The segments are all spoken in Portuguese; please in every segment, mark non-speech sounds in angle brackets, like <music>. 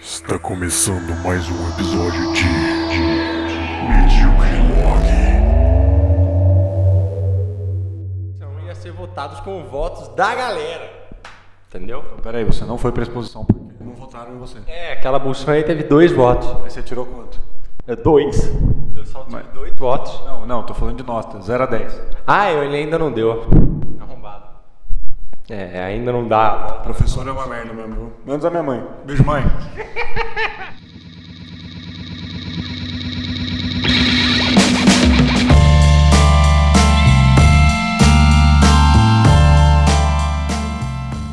Está começando mais um episódio de. de. Medíocre Log. Então, ia ser votados com votos da galera. Entendeu? Peraí, você não foi pra exposição porque não votaram em você. É, aquela bolsonha aí teve dois votos. Mas você tirou quanto? É, Dois? Eu só tive dois votos. Não, não, tô falando de nota, 0 a 10. Ah, ele ainda não deu. Arrombado. É, ainda não dá. Professor é uma merda mesmo, viu? Menos a minha mãe. Beijo, mãe.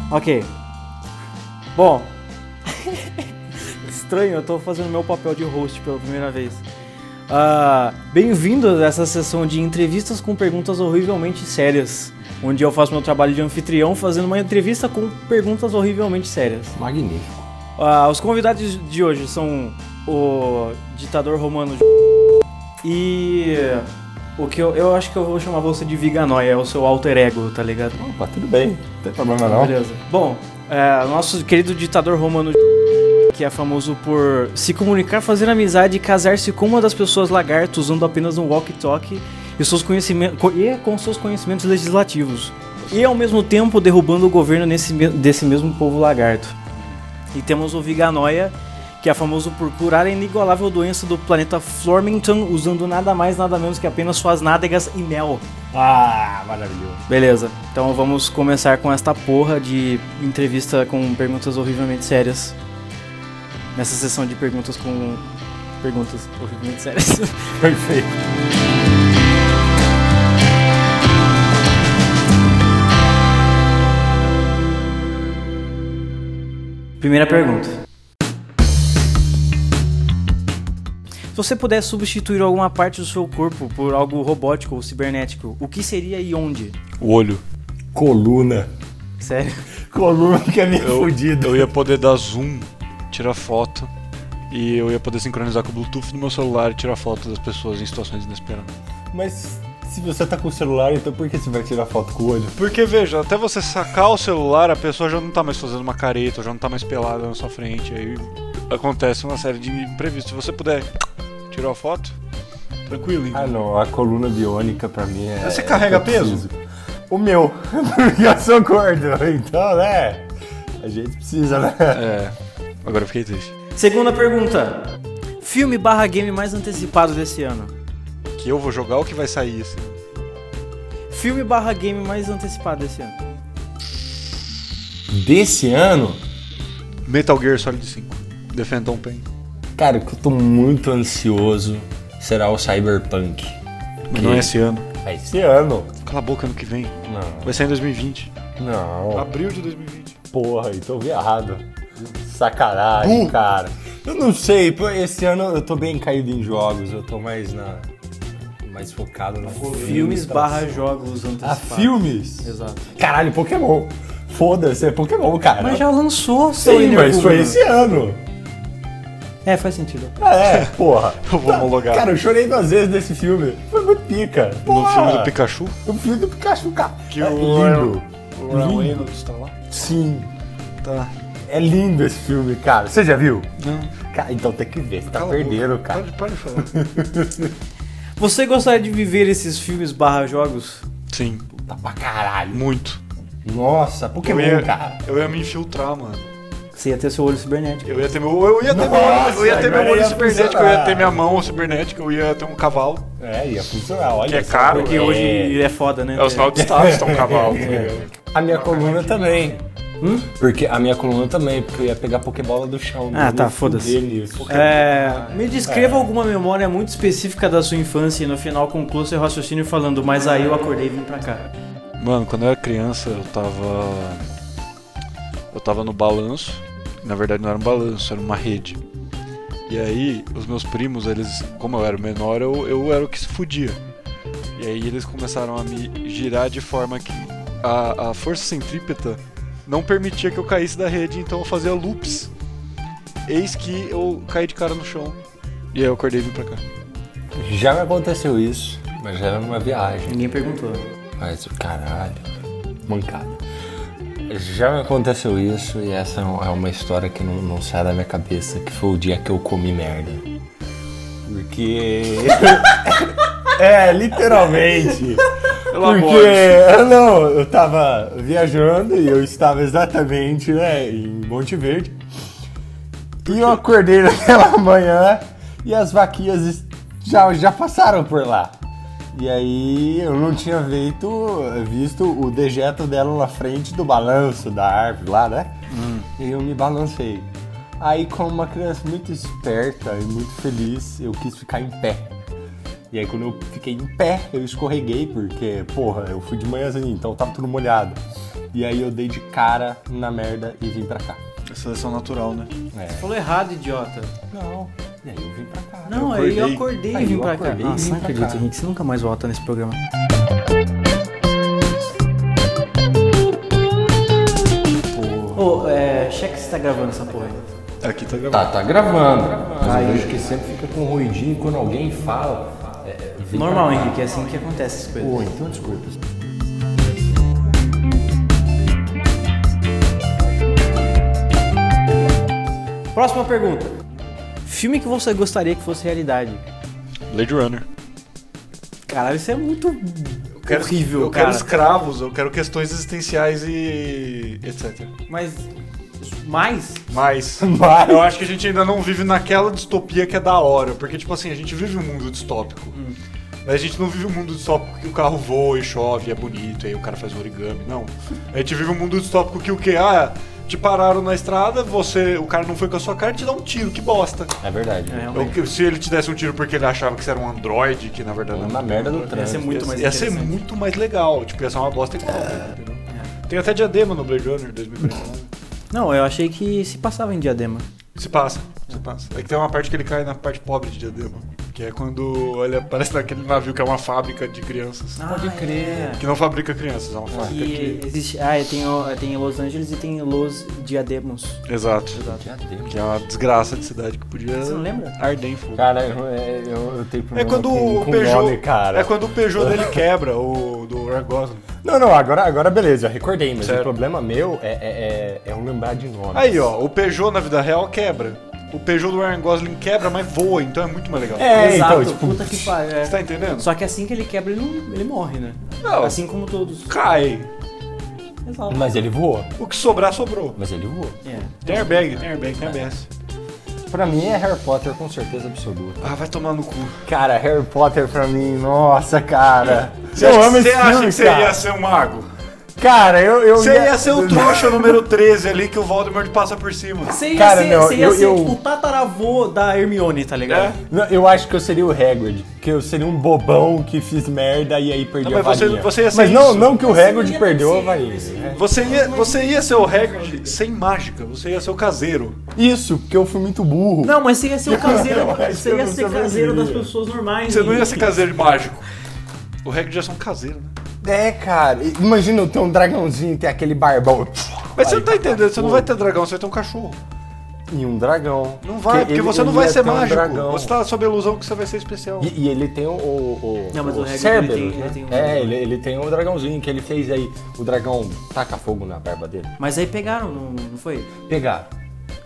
Ok. Bom. Estranho, eu tô fazendo meu papel de host pela primeira vez. Ah, Bem-vindos a essa sessão de entrevistas com perguntas horrivelmente sérias, onde eu faço meu trabalho de anfitrião fazendo uma entrevista com perguntas horrivelmente sérias. Magnífico. Ah, os convidados de hoje são o ditador romano e o que eu, eu acho que eu vou chamar você de Viganóia, é o seu alter ego, tá ligado? Opa, tudo bem. Não tem problema não. Beleza. Bom, é, nosso querido ditador romano que é famoso por se comunicar, fazer amizade e casar-se com uma das pessoas lagarto usando apenas um walkie-talkie e, seus conhecimen- co- e com seus conhecimentos legislativos. E ao mesmo tempo derrubando o governo nesse me- desse mesmo povo lagarto. E temos o Viganoia, que é famoso por curar a inigualável doença do planeta Flormington usando nada mais, nada menos que apenas suas nádegas e mel. Ah, maravilhoso. Beleza, então vamos começar com esta porra de entrevista com perguntas horrivelmente sérias. Nessa sessão de perguntas com perguntas horrivelmente sérias. Perfeito. Primeira pergunta. Se você pudesse substituir alguma parte do seu corpo por algo robótico ou cibernético, o que seria e onde? O olho. Coluna. Sério? Coluna fica meio Eu, fodida. eu ia poder dar zoom, tirar foto. E eu ia poder sincronizar com o Bluetooth do meu celular e tirar foto das pessoas em situações inesperadas. Mas se você tá com o celular, então por que você vai tirar foto com o olho? Porque veja, até você sacar o celular, a pessoa já não tá mais fazendo uma careta, já não tá mais pelada na sua frente. Aí acontece uma série de imprevistos. Se você puder tirar a foto, tranquilo. então. hein? Ah não, a coluna biônica pra mim é. Você carrega é peso? preciso. O meu. <laughs> Porque eu sou gordo. Então, né? A gente precisa, né? É. Agora eu fiquei triste. Segunda pergunta. Filme barra game mais antecipado desse ano. Que eu vou jogar o que vai sair assim. Filme barra game mais antecipado desse ano. <laughs> Desse ano, Metal Gear Solid 5. Defendam Pen. cara, o que eu tô muito ansioso será o Cyberpunk. Mas não é esse ano. É esse ano? Cala a boca ano que vem. Não. Vai sair em 2020. Não. Abril de 2020. Porra, então eu vi errado. Sacanagem, cara. Eu não sei, pô, esse ano eu tô bem caído em jogos, eu tô mais na. mais focado no Filmes tá? barra jogos Ah, antecipados. filmes? Exato. Caralho, Pokémon. Foda-se, é Pokémon, cara. Mas já lançou seu Sim, Ender mas Cooper, foi né? esse ano. É, faz sentido. Ah, <laughs> é, porra. Eu vou homologar. Cara, eu chorei duas vezes nesse filme. Foi muito pica. No Porra. filme do Pikachu? O filme do Pikachu, cara. Que é o lindo. O Ryan Lindo. Reynolds tá lá? Sim. Tá. É lindo esse filme, cara. Você já viu? Não. Cara, então tem que ver. Você tá Cala a perdendo, boca. cara. Para de, para de falar. Você gostaria de viver esses filmes barra jogos? Sim, Tá pra caralho. muito. Nossa, Pokémon, cara. eu ia me infiltrar, mano. Você ia ter seu olho cibernético. Eu ia ter meu. Eu ia ter meu Nossa, olho, eu ia ter meu agora olho ia cibernético, eu ia funcionar. ter minha mão cibernética, eu ia ter um cavalo. É, ia funcionar, olha. Que é só. caro, Porque É. hoje é foda, né? É. É o sinal de status, tá um cavalo. tá ligado? A minha coluna também. Hum? Porque a minha coluna também, porque eu ia pegar Pokébola do chão. Ah, né? tá, Eu ia foda-se. fuder nisso. É, me descreva alguma memória muito específica da sua infância e no final conclua seu raciocínio falando, mas aí eu acordei e vim pra cá. Mano, quando eu era criança, eu tava. Eu tava no balanço. Na verdade, não era um balanço, era uma rede. E aí, os meus primos, eles, como eu era o menor, eu, eu era o que se fudia. E aí, eles começaram a me girar de forma que a, a força centrípeta não permitia que eu caísse da rede, então eu fazia loops. Eis que eu caí de cara no chão. E aí, eu acordei e vim pra cá. Já me aconteceu isso, mas era uma viagem. Ninguém perguntou. Mas, caralho, mancada. Já me aconteceu isso e essa é um- é uma história que não, não sai da minha cabeça, que foi o dia que eu comi merda. Porque. <laughs> é, literalmente. Porque, eu não, eu tava viajando e eu estava exatamente né, em Monte Verde. E eu acordei naquela <laughs> manhã e as vaquinhas es- já, já passaram por lá. E aí eu não tinha feito, visto o dejeto dela na frente do balanço da árvore lá, né? E eu me balancei. Aí, como uma criança muito esperta e muito feliz, eu quis ficar em pé. E aí quando eu fiquei em pé, eu escorreguei, porque, porra, eu fui de manhãzinho, então tava tudo molhado. E aí eu dei de cara na merda e vim pra cá. É seleção natural, né? Falou errado, idiota. Não. E aí eu vim pra cá. Não, aí eu acordei e vim pra cá. Nossa, Nossa, não não acredito, acredito, Henrique. Você nunca mais volta nesse programa. Ô, é, checa se tá gravando essa porra aí. Aqui tá gravando. Tá, tá gravando. Mas eu vejo que sempre fica com ruidinho quando alguém fala. Normal, Henrique, é assim que acontece essas coisas. Pô, então desculpa. Próxima pergunta. Filme que você gostaria que fosse realidade? Blade Runner. Caralho, isso é muito Eu quero, horrível, eu cara. quero escravos, eu quero questões existenciais e etc. Mas. Mais? Mas, <laughs> Mas- eu acho que a gente ainda não vive naquela distopia que é da hora. Porque, tipo assim, a gente vive um mundo distópico. Hum. Mas a gente não vive um mundo distópico que o carro voa e chove, é bonito, e aí o cara faz origami, não. A gente vive um mundo distópico que o que? Ah, te pararam na estrada, você, o cara não foi com a sua cara, te dá um tiro, que bosta. É verdade. É, Ou que- se ele te desse um tiro porque ele achava que você era um androide, que na verdade não é Na merda do Ia ser trânsito. muito mais ia ser interessante. É. muito mais legal, tipo, ia ser uma bosta igual. É. entendeu? Tem até diadema no Blade Runner 2049. Não, eu achei que se passava em diadema. Se passa, se passa. É que tem uma parte que ele cai na parte pobre de Diadema. Que é quando ele aparece naquele navio que é uma fábrica de crianças. Ah. Pode crer. Que não fabrica crianças, é uma fábrica Que existe. Ah, e tem, o- tem Los Angeles e tem Los Diademos. que... Exato. Que é uma desgraça de cidade que podia... Você não lembra? Arder em fogo. Cara, eu, eu, eu tenho É problema quando com, o com Peugeot... nome, cara. É quando o Peugeot dele quebra, o do Ryan Gosling. Não, não, agora, agora beleza, eu recordei, mas Certo. o problema meu é, é, é, é eu lembrar de nome. Aí, ó, o Peugeot na vida real quebra. O Peugeot do Ryan Gosling quebra, mas voa, então é muito mais legal. É, Exato, então, tipo, puta que pariu. é. Você tá entendendo? Só que assim que ele quebra, ele, não- ele morre, né? Não. Assim como todos. Cai. Exato. Mas ele voou. O que sobrar, sobrou. Mas ele voou. É. Tem airbag, tem airbag, tem ABS. Pra mim é Harry Potter com certeza absoluta. Ah, vai tomar no cu. Cara, Harry Potter pra mim, nossa, cara. Você eu acha- amo esse você acha filme, que você cara. ia ser um mago? Cara, eu... eu Você <laughs> ia ser o trouxa número 13 ali que o Voldemort passa por cima. Você ia Cara, ser, não, você ia eu- ser eu- tipo, o tataravô da Hermione, tá É? ligado? Não, eu acho que eu seria o Hagrid, que eu seria um bobão que fiz merda e aí perdi Não, a mas você- varinha. você ia ser mas não, isso. não que o Hagrid ia perdeu a ser varinha. né? Você ia, você ia ser o Hagrid sem mágica, você ia ser o caseiro. Isso, porque eu fui muito burro. Não, mas você ia <laughs> ser o caseiro. acho que você eu ia não ser caseiro das sobreviveria. pessoas normais. Você não ia Henrique. ser caseiro de mágico. O Hagrid ia ser um caseiro, né? É, cara, imagina eu ter um dragãozinho e ter aquele barbão. Mas você não tá entendendo, você não vai ter dragão, você vai ter um cachorro. E um dragão. Não vai, porque ele- você não ele vai ia ser ter um mágico. dragão. você tá sob a ilusão que você vai ser especial. E, e ele tem o. o, o Não, mas o Hagrid, Cerberus, ele tem- né? ele tem um- É, ele, ele tem o dragãozinho que ele fez aí. O dragão taca fogo na barba dele. Mas aí pegaram, não, não foi? Pegar.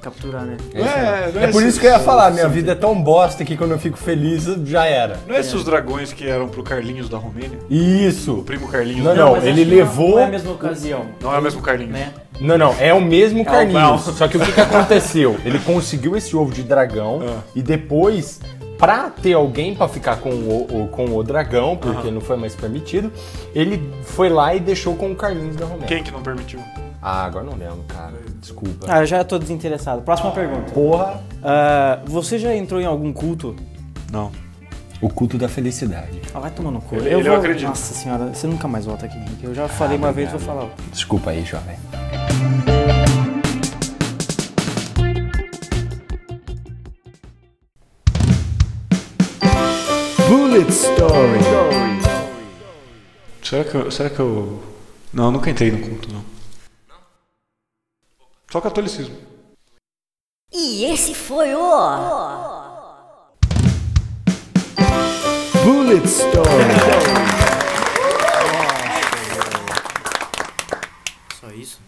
Capturar, né? Não é, não É por esses- isso que eu ia falar, minha vida é tão bosta que quando eu fico feliz já era. Não é esses dragões que eram pro Carlinhos da Romênia? Isso. O primo Carlinhos. Não, né? não. mas ele acho que não- levou- Não é a mesma ocasião, Não é o mesmo Carlinhos. né? Não, não, é o mesmo Brown. Carlinhos. Só que o que, que aconteceu? Ele conseguiu esse ovo de dragão e depois, pra ter alguém pra ficar com o, o- com o dragão, porque não foi mais permitido, ele foi lá e deixou com o Carlinhos da Romênia. Quem que não permitiu? Ah, agora não lembro, cara. Desculpa. Ah, eu já tô desinteressado. Próxima pergunta. Porra, Ah, você já entrou em algum culto? Não. o culto da felicidade. Ah, vai tomando cu. Ele- ele eu acredito. Nossa senhora, você nunca mais volta aqui, Henrique. Eu já falei uma vez, vou falar. outra. Desculpa aí, jovem. Será que eu. Será que eu... Não, eu nunca entrei no culto, não. Só catolicismo. E esse foi o. Só isso?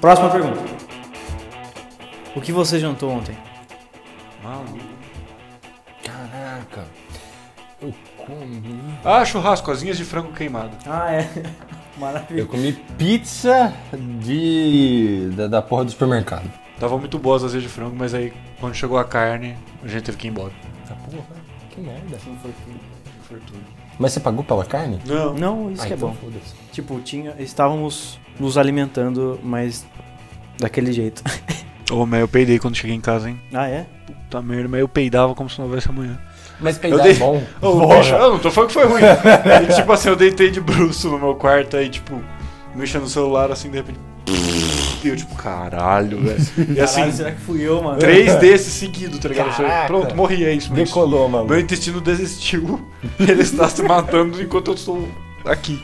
Próxima pergunta. O que você jantou ontem? Maluco. Caraca. Eu comi. Ah, churrasco, asinhas de frango queimado. Ah, é. <laughs> Maravilha. Eu comi pizza de. da, da porra do supermercado. Tava muito boas as asinhas de frango, mas aí quando chegou a carne, a gente teve que ir embora. Tá porra, que merda. Mas você pagou pela carne? Não. Não, isso Ah, que é então bom. foda-se. Tipo, tinha, estávamos nos alimentando, mas daquele jeito. Ô, mas eu peidei quando cheguei em casa, hein? <laughs> Ah, é? Puta merda, mas eu peidava como se não houvesse amanhã. Mas peidar dei- é bom. Ô, bicho, eu não tô falando que foi ruim. E, tipo assim, eu deitei de bruxo no meu quarto aí, tipo, mexendo no celular assim, de repente. <laughs> E eu, tipo, caralho, velho. E assim, será que fui eu, mano? três desses seguidos, tá ligado? Eu falei, É. Caraca. Pronto, morri, é isso. meu Decolou, maluco. Meu intestino desistiu. <laughs> Ele está se matando enquanto eu estou aqui.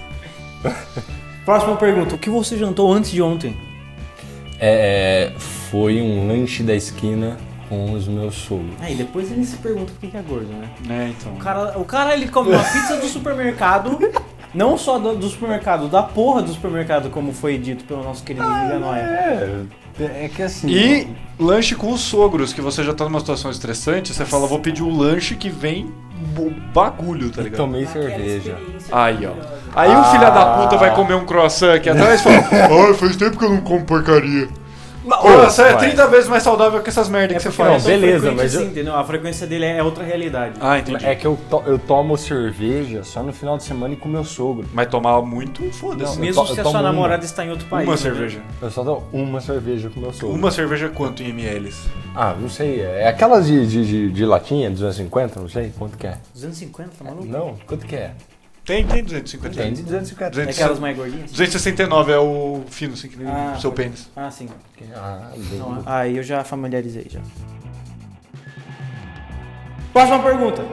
Próxima pergunta. O que você jantou antes de ontem? É, foi um lanche da esquina com os meus sogros. Aí depois ele se pergunta por que que é gordo, né? Né, então. O cara, o cara ele come uma pizza do supermercado, <laughs> não só do, do supermercado, da porra do supermercado, como foi dito pelo nosso querido Ah, Miguel Noia. É, é que assim. E lanche com os sogros, que você já tá numa situação estressante, você fala, vou pedir um lanche que vem bo- bagulho, tá ligado? Tomei cerveja. Aí, ó. Aí o filho da puta Ah. vai comer um croissant aqui atrás e fala: <laughs> Ai, faz tempo que eu não como porcaria. Croissant é vai. É 30 vezes mais saudável que essas merdas que você não, faz. bem- beleza, mas eu- é Assim, entendeu? A frequência dele é outra realidade. Ah, entendi. É que eu, to- eu tomo cerveja só no final de semana e com meu sogro. Mas tomar muito, foda-se. Não, eu Mesmo to- se eu a tomo sua uma. namorada está em outro país. Uma né? cerveja. Eu só dou uma cerveja com meu sogro. Uma cerveja quanto em ml? Ah, não sei. É aquelas de, de, de, de latinha, 250, não sei. Quanto que é? 250, tá maluco? Não, quanto que é? Tem, tem 250. Tem de 250. É 200. aquelas mais gordinhas? 269 é o fino, assim, que nem Ah, o seu pode- pênis. Ah, sim. Ah, Não, aí eu já familiarizei já. Próxima pergunta.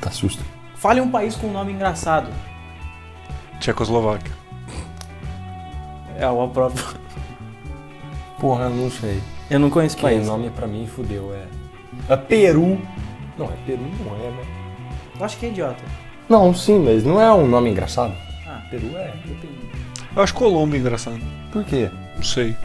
tá susto. Fale um país com um nome engraçado. Tchecoslováquia. É o próprio. <laughs> Porra, eu não sei. Eu não conheço o Que país. nome pra mim fudeu, é. É Peru. Não, é Peru, não é, né? Eu acho que é idiota. Não, sim, mas não é um nome engraçado. Ah. Peru é. Eu acho Colômbia engraçado. Por quê? Não sei.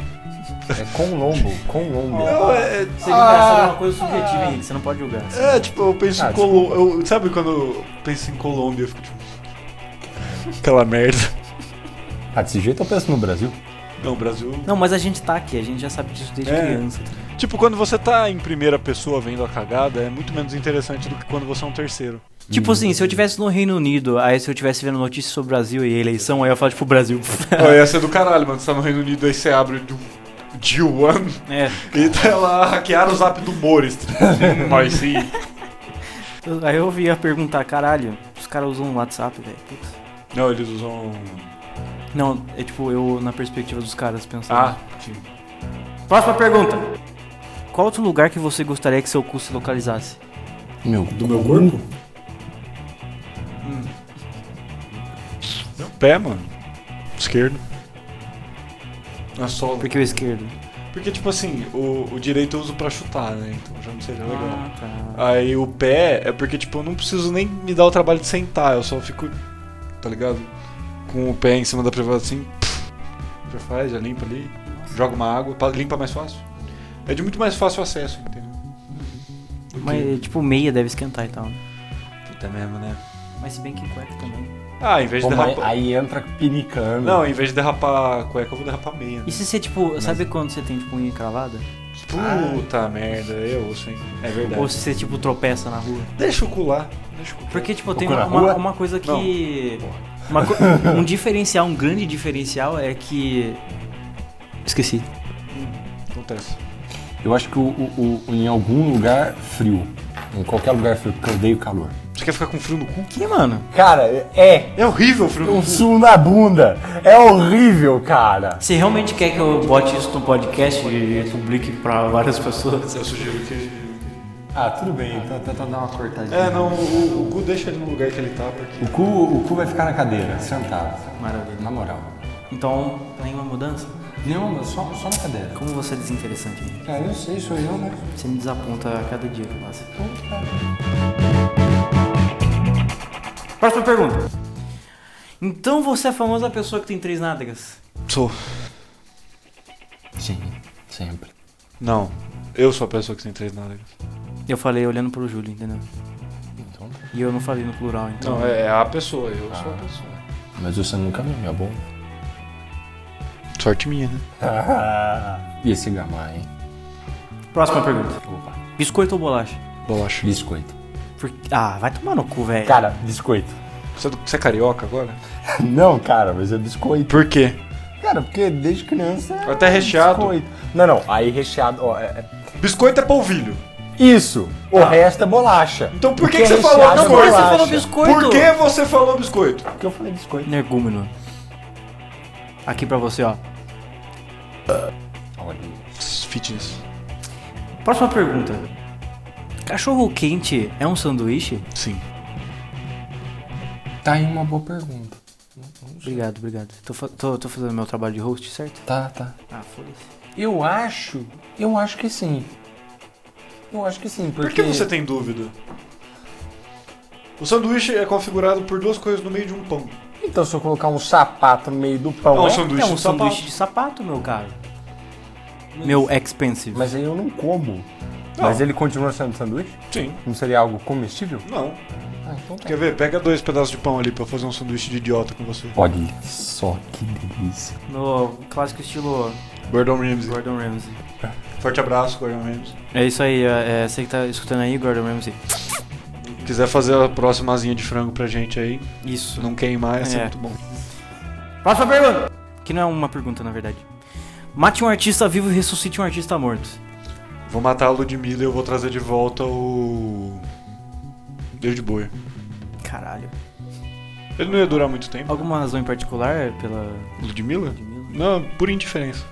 É Colombo, <laughs> Colômbia. Não, é, Seja engraçado é uma coisa subjetiva, Henrique. Você não pode julgar. é, tipo, eu penso Ah, em Colômbia. Eu, sabe quando eu penso em Colômbia, eu fico tipo. Aquela merda. Ah, desse jeito eu penso no Brasil. Não, Brasil. Não, mas a gente tá aqui. A gente já sabe disso desde É. criança. Tipo, quando você tá em primeira pessoa vendo a cagada, é muito menos interessante do que quando você é um <laughs> terceiro. Tipo assim, se eu tivesse no Reino Unido, aí se eu tivesse vendo notícias sobre o Brasil e a eleição, aí eu falo, tipo, Brasil. <laughs> ia ser do caralho, mano. Você tá no Reino Unido, aí você abre o G1 é. e tá lá, hackearam o zap do Boris. <laughs> Mas sim. Aí eu ia perguntar, caralho, os caras usam o WhatsApp, velho. Putz. Não, eles usam. Não, é tipo, eu na perspectiva dos caras pensando. Ah, sim. Próxima pergunta. Qual outro lugar que você gostaria que seu cu se localizasse? Meu, Do meu corpo? Pé, mano. Esquerdo. Na sola. Porque o esquerdo. Porque, tipo assim, o, o direito eu uso pra chutar, né? Então já não seria legal. tá. Aí o pé é porque, tipo, eu não preciso nem me dar o trabalho de sentar, eu só fico, tá ligado? Com o pé em cima da privada assim, já faz, já limpa ali, joga uma água, pa- limpa mais fácil. É de muito mais fácil acesso, entendeu? Do Mas, tipo, meia deve esquentar e tal. né? que- Puta mesmo, né? Mas se bem que cueca também. Ah, em vez de Como aí, derrapar. aí entra pinicando. Não, em vez de derrapar a cueca, eu vou derrapar meia. né? E se você, tipo, sabe quando você tem, tipo, unha cravada? Puta merda, eu ouço, hein? É verdade. Ou se você, tipo, tropeça na rua? Deixa o cu lá. Deixa o cu. Porque, tipo, tem cu uma, na rua? uma, uma coisa que. uma co- um diferencial, um grande diferencial é que. Esqueci. Acontece. Eu acho que o, o- o- em algum lugar frio. Em qualquer lugar frio, porque eu odeio calor. Você quer ficar com frio no cu? Que, mano? Cara, é. É horrível o frio no Um cu. sul na bunda. É horrível, cara. Você realmente quer que eu bote isso no podcast e publique pra várias é pessoas? Eu sugiro que Ah, tudo bem. Então tenta dar uma cortadinha. É, não, o, o Gu deixa ele no lugar que ele tá, porque. O cu, o cu vai ficar na cadeira, sentado. Maravilha. Na moral. Então, nenhuma mudança? Não, mas só, só na cadeira. Como você é desinteressante, Henrique. Ah, eu sei, sou eu, né? Você me desaponta a cada dia que passa. Próxima pergunta. Então você é a famosa pessoa que tem três nádegas? Sou. Sim, sempre. Não, eu sou a pessoa que tem três nádegas. Eu falei olhando pro Júlio, entendeu? Então, tá. E eu não falei no plural, então. Não, é, é a pessoa, eu sou a pessoa. mas você nunca viu, é bom. Sorte minha, né? E esse gamá, hein? Próxima pergunta. Opa. Biscoito ou bolacha? Bolacha. Biscoito. Por- Ah, vai tomar no cu, velho. Cara, biscoito. Você, é do- você é carioca agora? <laughs> Não, cara, mas é biscoito. Por quê? Cara, porque desde criança. é Até recheado. Biscoito. Não, não. Aí recheado, ó. é- é- Biscoito é polvilho. Isso! O resto é bolacha. Ah. Então por que, Porque que você é falou recheado, biscoito? bolacha. Você falou biscoito? Por que você falou biscoito? Porque eu falei biscoito. Nergúmeno. Aqui pra você, ó. Olha. Fitness. Próxima pergunta. Cachorro quente é um sanduíche? Sim. Tá aí uma boa pergunta. Obrigado, obrigado. Tô, fa- tô- tô fazendo meu trabalho de host, certo? Tá, tá. Ah, foda-se. Eu acho. Eu acho que sim. Eu acho que sim, porque. Por que você tem dúvida? O sanduíche é configurado por duas coisas no meio de um pão. Então, se eu colocar um sapato no meio do pão. Não, é? sanduíche. É um de sanduíche de sapato, meu caro. Meu expensive. Mas aí eu não como. Mas ele continua sendo sanduíche? sapato. Sim. Não seria algo comestível? Não. Ah, então tá. Quer ver? Pega dois pedaços de pão ali pra eu fazer um sanduíche de idiota com você. Olha só que delícia. No clássico estilo Gordon Ramsay. Gordon Ramsay. Forte abraço, Gordon Ramsay. É isso aí, é, é, você que tá escutando aí, Gordon Ramsay. Quiser fazer a próxima asinha de frango pra gente aí, Isso. não queimar, ia ser É. muito bom. Próxima pergunta! Que não é uma pergunta, na verdade. Mate um artista vivo e ressuscite um artista morto. Vou matar a Ludmilla e eu vou trazer de volta o. David Bowie. Caralho. Ele não ia durar muito tempo. Alguma razão em particular pela. Ludmilla? Ludmilla? Não, por indiferença.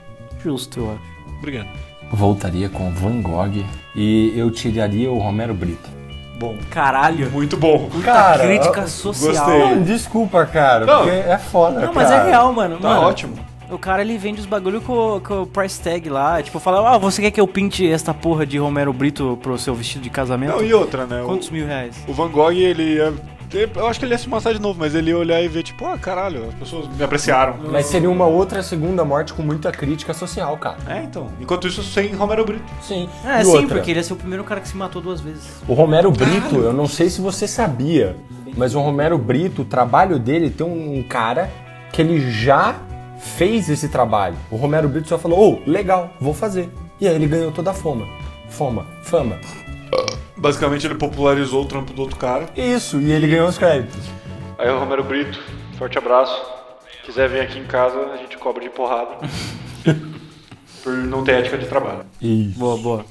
Justo, eu acho. Obrigado. Voltaria com Van Gogh e eu tiraria o Romero Brito. Bom. Caralho! Muito bom. Cara, Crítica social. gostei. Não, desculpa, cara, Não. porque é foda. Não, mas cara. é real, mano. Tá Mano, ótimo. O cara ele vende os bagulho com, com o price tag lá. Tipo, fala, ah, você quer que eu pinte esta porra de Romero Brito pro seu vestido de casamento? Não, e outra, né? Quantos mil reais? O, o Van Gogh, ele ia. Eu acho que ele ia se matar de novo, mas ele ia olhar e ver, tipo, ah, caralho, as pessoas me apreciaram. Mas seria uma outra segunda morte com muita crítica social, cara. É, então. Enquanto isso, sem Romero Brito. Sim. É, E sim, outra, porque ele ia ser o primeiro cara que se matou duas vezes. O Romero Brito, eu não sei se você sabia, mas o Romero Brito, o trabalho dele tem um, um cara que ele já fez esse trabalho. O Romero Brito só falou, ô, legal, vou fazer. E aí ele ganhou toda a fama. Fama, fama. Basicamente, ele popularizou o trampo do outro cara. Isso, e ele ganhou os créditos. Aí o Romero Brito, forte abraço. Quiser vir aqui em casa, a gente cobra de porrada. por não ter ética de trabalho. Isso. Boa, boa.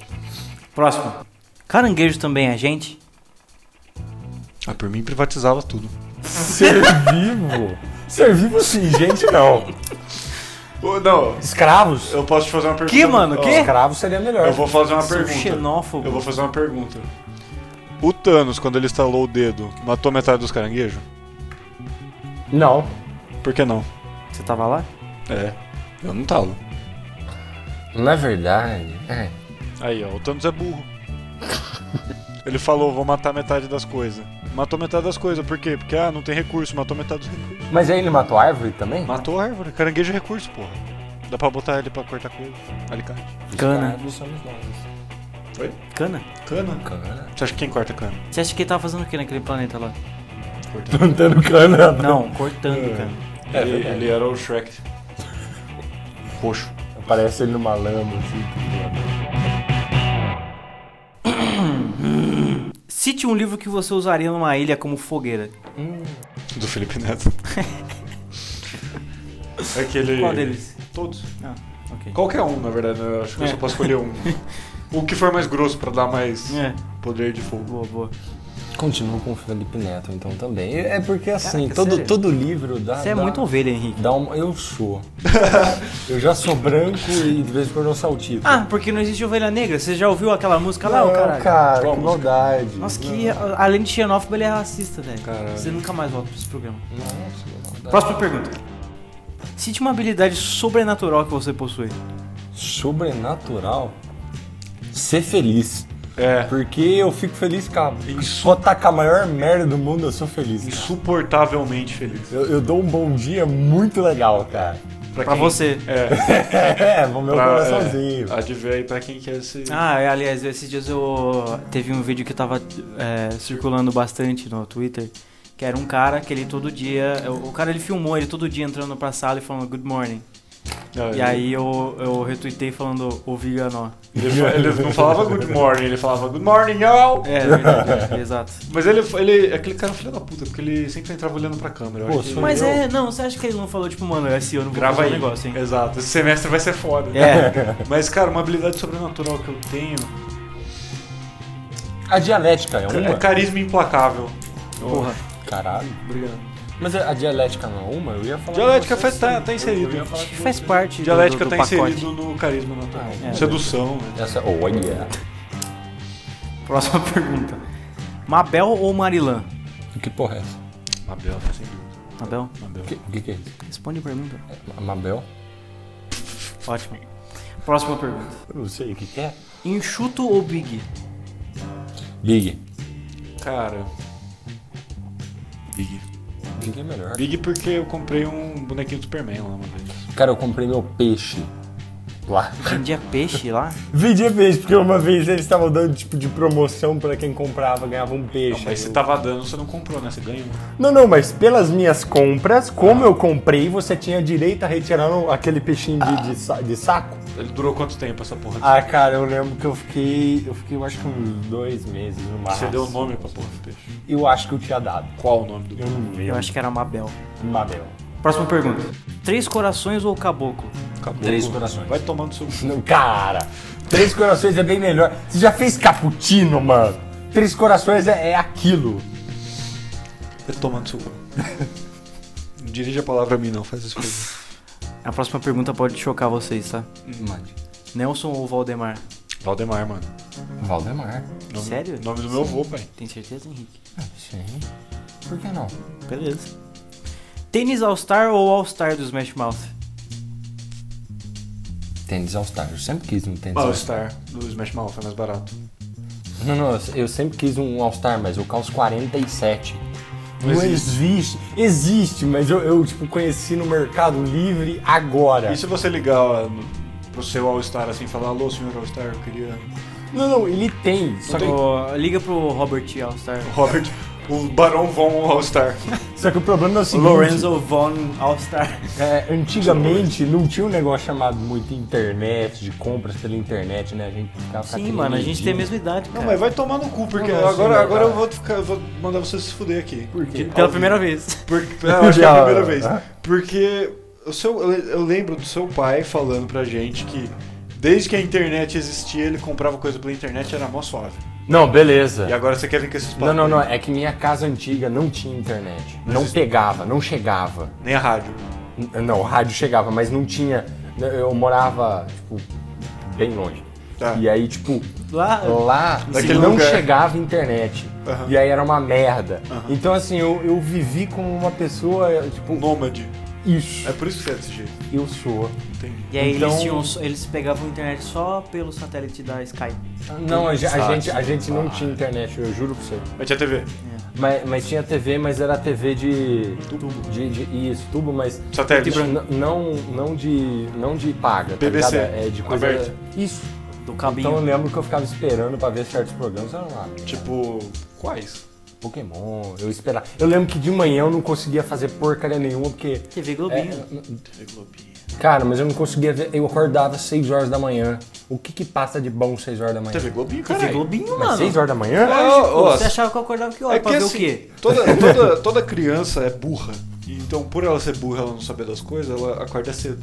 Próximo. Caranguejo também é gente? Ah, por mim privatizava tudo. Ser vivo? Ser vivo sim, gente não. não, Escravos? eu posso te fazer uma pergunta. Que, mano? Ó, Que? Escravos seria melhor. Eu vou um fazer uma Seu pergunta. xenófobo. Eu vou fazer uma pergunta. O Thanos, quando ele estalou o dedo, matou metade dos caranguejos? Não. Por que não? Você tava lá? É, eu não talo. Na verdade, é. Aí, ó, o Thanos é burro. <laughs> Ele falou, vou matar metade das coisas. Matou metade das coisas, por quê? Porque, ah, não tem recurso, matou metade dos recursos. Mas aí ele matou a árvore também? Matou a árvore, caranguejo é recurso, porra. Dá pra botar ele pra cortar coisa. Alicate. Cana. Escravos somos nós. Cana? Cana? Cana. Você acha que quem corta cana? Você acha que ele tava fazendo o que naquele planeta lá? Plantando cana. Não, cortando, cara. ele, ele era É o Shrek. Roxo. Aparece ele numa lama, assim. tudo Cite um livro que você usaria numa ilha como fogueira. Do Felipe <laughs> Neto. Aquele. Qual deles? Todos. Ok. Qualquer um, na verdade. né? Eu acho que É. eu só posso <laughs> escolher um. o que for mais grosso pra dar mais É, poder de fogo. boa, boa. bem. Continuo com o Felipe Neto, então também. É porque assim, Caraca, todo, sério? todo livro dá. Você é dá- um, muito ovelha, Henrique. Dá uma... Eu <laughs> sou. eu já sou branco e de vez em quando eu saltico. Ah, porque não existe ovelha negra. Você já ouviu aquela música lá, ô Não, caralho? cara, Qual que música? maldade. Nossa, que além de xenófobo, ele é racista, velho. Caralho. Você nunca mais volta pra esse programa. Nossa, que maldade. Próxima pergunta. Cite uma habilidade sobrenatural que você possui. Sobrenatural? Ser feliz. É. Porque eu fico feliz com a... Isso. Pode tá com a maior merda do mundo, eu sou feliz. cara. Insuportavelmente feliz. <laughs> Eu, eu dou um bom dia muito legal, cara. Pra quem- você. É, É, vou meu pra- coraçãozinho. é, adivinha aí pra quem quer se. Ah, e, aliás, esses dias eu. Teve um vídeo que tava é, circulando bastante no Twitter. Que era um cara que ele todo dia. é, O o cara ele filmou ele todo dia entrando pra sala e falando good morning. Não, E aí eu, eu retuitei falando o Viganó. Ele, ele não falava good morning, ele falava good morning, y'all! É, é verdade, <laughs> exato. Mas ele, ele, aquele cara é um filho da puta, porque ele sempre entrava olhando pra câmera. Eu Pô, acho que- sou Mas eu. é, não, você acha que ele não falou, tipo, mano, esse ano eu vou Grava fazer aí. um negócio, hein? Exato, esse semestre vai ser foda. É. Mas, cara, uma habilidade sobrenatural que eu tenho A dialética é é uma? carisma implacável. Porra. Caralho. Obrigado. Mas a dialética não é uma? Eu ia falar. Dialética com faz, você, tá, sim. Eu- tá eu ia inserido. falar- Faz parte Dialética do, do, tá do pacote. inserido no carisma natural. Ah, é. Sedução, né? Essa. oh, Olha. Próxima <laughs> pergunta. Mabel ou Marilã? Que porra é essa? Mabel, sem dúvida. Mabel, O que, que que é isso? responde então. a pergunta. É Mabel? Ótimo. Próxima pergunta. Eu não sei o que, que é. Enxuto ou Big? Big. Cara. Big. Big é melhor. Big porque eu comprei um bonequinho do Superman lá uma vez. Cara, eu comprei meu peixe lá. <laughs> Vendia peixe lá? Vendia peixe, porque uma vez eles estavam dando tipo de promoção pra quem comprava, ganhava um peixe. Mas você tava dando, você não comprou, né? Você ganhou. Não, não, mas pelas minhas compras, como eu comprei, você tinha direito a retirar no- aquele peixinho de, de sa- de saco. Ele durou quanto tempo essa porra? Ah, cara, eu lembro que eu fiquei. Eu fiquei, eu acho que uns dois meses no máximo. você deu um o nome pra porra do peixe. Eu acho que eu tinha dado. Qual o nome do Eu peixe? não Eu lembro. acho que era Mabel. Mabel. Próxima pergunta. Três corações ou caboclo? Acabou. Três corações. Vai tomando seu. cu. Não, cara, Três Corações é bem melhor. Você já fez cappuccino, mano? Três Corações é, é aquilo. Vai <laughs> tomando seu. cu. Não dirige a palavra a mim, não. Faz isso pra mim. A próxima pergunta pode chocar vocês, tá? Mande. Nelson ou Valdemar? Valdemar, mano. Valdemar. Nome- Sério? Nome do meu avô, pai. Tem certeza, Henrique? Sim. Por que não? Beleza. Tênis All-Star ou All-Star do Smash Mouth? Tênis All Star. Eu sempre quis um tênis All All Star. Star, do Smash Mouth, é mais barato. Não, não, eu- eu sempre quis um All Star, mas eu calço 47. Não existe. Existe, mas eu, eu, tipo, conheci no Mercado Livre agora. E se você ligar ó, no- pro seu All Star assim e falar, alô, senhor All Star, eu queria. Não, não, ele tem. Só que, Ô, liga pro Robert All-Star. Robert, o Barão Von All Star. só que o problema é o seguinte. Lorenzo Von All-Star. É, antigamente não tinha um negócio chamado muito internet, de compras pela internet, né? A gente ficava com Sim, aquele mano, a gente tem medinho. a mesma idade, cara. Não, mas vai tomar no cu, porque é assim, né, Não, não, sim, agora, vai, agora vai. eu vou, ficar, eu vou mandar você se fuder aqui. Por quê? Pela primeira <laughs> vez. Porque, é, eu acho que é a Já, <laughs> primeira vez. ah. Porque o seu, eu- eu lembro do seu pai falando pra gente que desde que a internet existia, ele comprava coisa pela internet era mó suave. Não, E beleza. agora você quer vir com esses papos Não, não, não. aí? É que minha casa antiga não tinha internet. Não pegava, não chegava. Nem a rádio. N- Não, rádio chegava, mas não tinha. Eu morava, tipo, bem longe. Tá. E aí, tipo, Lá, lá Naquele não lugar. chegava internet. Aham. E aí era uma merda. Então, assim, eu, eu vivi como uma pessoa, tipo, Nômade. isso. É por isso que você é desse jeito. Eu sou. Entendi. E aí Então- eles, tinham, só- eles pegavam internet só pelo satélite da Sky. Não, a, ge- a gente, a gente não tinha internet, eu juro pra você. Mas tinha TV. Mas, mas tinha TV, mas era TV de. Tubo. De, de- isso, tubo, mas. tipo, Satélite. n- Não, não, de, não de paga. tá BBC. ligado? é de coisa. Aberto. Isso. Do cabinho. Então eu lembro que eu ficava esperando pra ver certos programas. Era lá, Tipo, quais? Pokémon, eu esperava. Eu lembro que de manhã eu não conseguia fazer porcaria nenhuma, porque. TV Globinho. Cara, mas eu não conseguia ver. Eu acordava às 6 horas da manhã. O que que passa de bom 6 horas da manhã? TV É. Globinho, cara. TV Mas Globinho, mano. 6 horas da manhã? Ô, ô, Você achava que eu acordava que hora pra ver assim, o quê? <laughs> Toda, toda, toda criança é burra. Então, por ela ser burra, ela não saber das coisas, ela acorda cedo.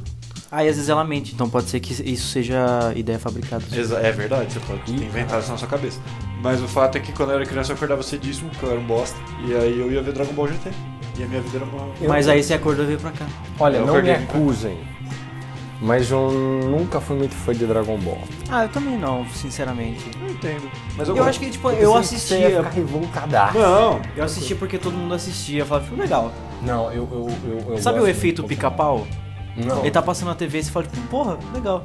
Aí às vezes ela mente, então pode ser que isso seja ideia fabricada. é verdade, você pode ter inventado isso na sua cabeça. Mas o fato é que quando eu era criança eu acordava cedíssimo, porque eu era um bosta. E aí eu ia ver Dragon Ball GT. E a minha vida era uma. Mas aí você acordou e veio pra cá. Olha, Eu não me acordei, então. acusem, mas eu nunca fui muito fã de Dragon Ball. Ah, eu também não, sinceramente. Não entendo. Mas eu, Eu gosto. acho que, tipo, eu pensei que assim, você ia ficar assistia. revoltadaço. Não! Eu assistia porque todo mundo assistia. Eu falava, tipo, legal. Não, eu. eu, eu, eu Sabe gosto o de efeito Pokémon. pica-pau? Não. Ele tá passando na TV e você fala, tipo, porra, legal.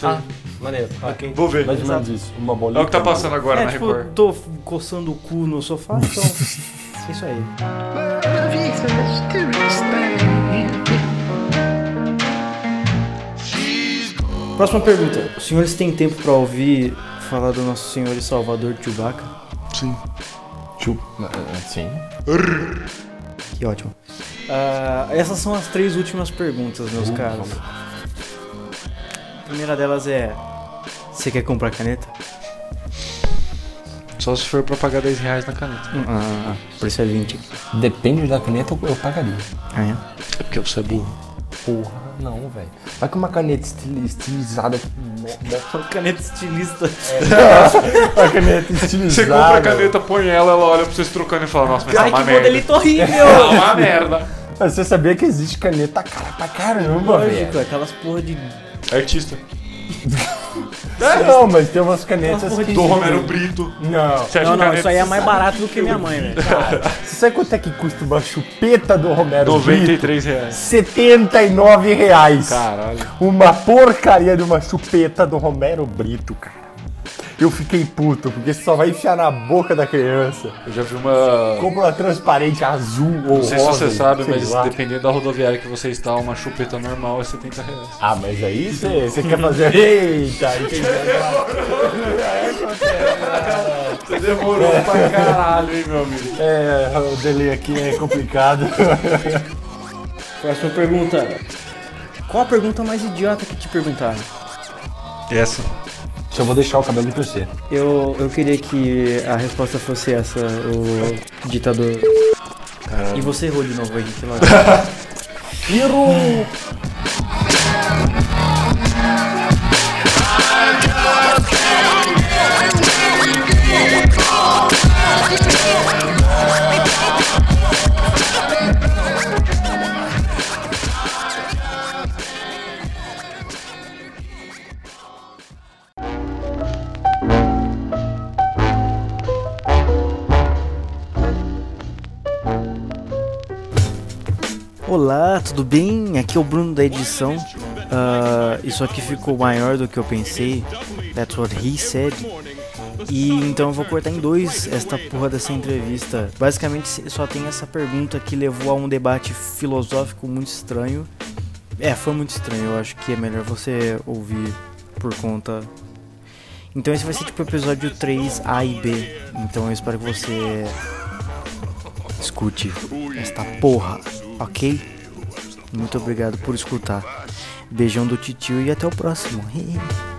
Ah, maneiro. ok. Vou ver. Mais ou menos Exato. isso. Uma bolinha. Olha o que tá passando agora é, na tipo, Record. tô coçando o cu no sofá, então. <laughs> é isso aí. visas to stay. Próxima pergunta. Os senhores têm tempo pra ouvir falar do nosso senhor e salvador Chewbacca? Sim. É, Sim. Que ótimo. Ah, essas são as três últimas perguntas, meus caros. A primeira delas é... Você quer comprar caneta? Só se for pra pagar 10 reais na caneta. Ah, por isso é 20. Depende da caneta, eu eu pagaria. Ah, é? É porque você é burro. Porra, não, velho. Vai com uma caneta estili- estilizada. Uma Caneta estilista. caneta é estilizada. Você compra a caneta, põe ela, ela olha pra vocês trocando e fala, nossa, mas Ai, tá uma que <laughs> merda. modelito horrível! Tá uma merda. Mas você sabia que existe caneta cara pra caramba, Lógico, velho. aquelas porra de... Artista. É, não, mas tem umas canetas Porra que. de- Do Romero Brito. Não. Você acha Não, não, Tá caneta- isso aí é mais barato do que minha mãe, velho. Você sabe quanto é que custa uma chupeta do Romero Brito? 93 reais. 79 reais. Caralho. Uma porcaria de uma chupeta do Romero Brito, cara. Eu fiquei puto, porque você só vai enfiar na boca da criança. Eu já vi uma. Compra uma transparente azul ou Não sei se você sabe, sei mas lá. dependendo da rodoviária que você está, uma chupeta normal é 70 reais. Ah, mas aí você você quer fazer... Eita, <laughs> entendi. Você demorou pra caralho, hein, meu amigo. É, o delay aqui é complicado. Próxima pergunta. Qual a pergunta mais idiota que te perguntaram? Essa. Só vou deixar o cabelo crescer. Eu, eu queria que a resposta fosse essa, o ditador. E você errou de novo aí, sei lá. Olá, tudo bem? Aqui é o Bruno da edição. Ah, isso aqui ficou maior do que eu pensei. That's what he said. E então eu vou cortar em dois esta porra dessa entrevista. Basicamente se- só tem essa pergunta que levou a um debate filosófico muito estranho. É, foi muito estranho. Eu acho que é melhor você ouvir por conta. Então esse vai ser tipo o episódio 3A e B. Então eu espero que você escute esta porra, ok? Muito obrigado por escutar. Beijão do titio e até o próximo. <laughs>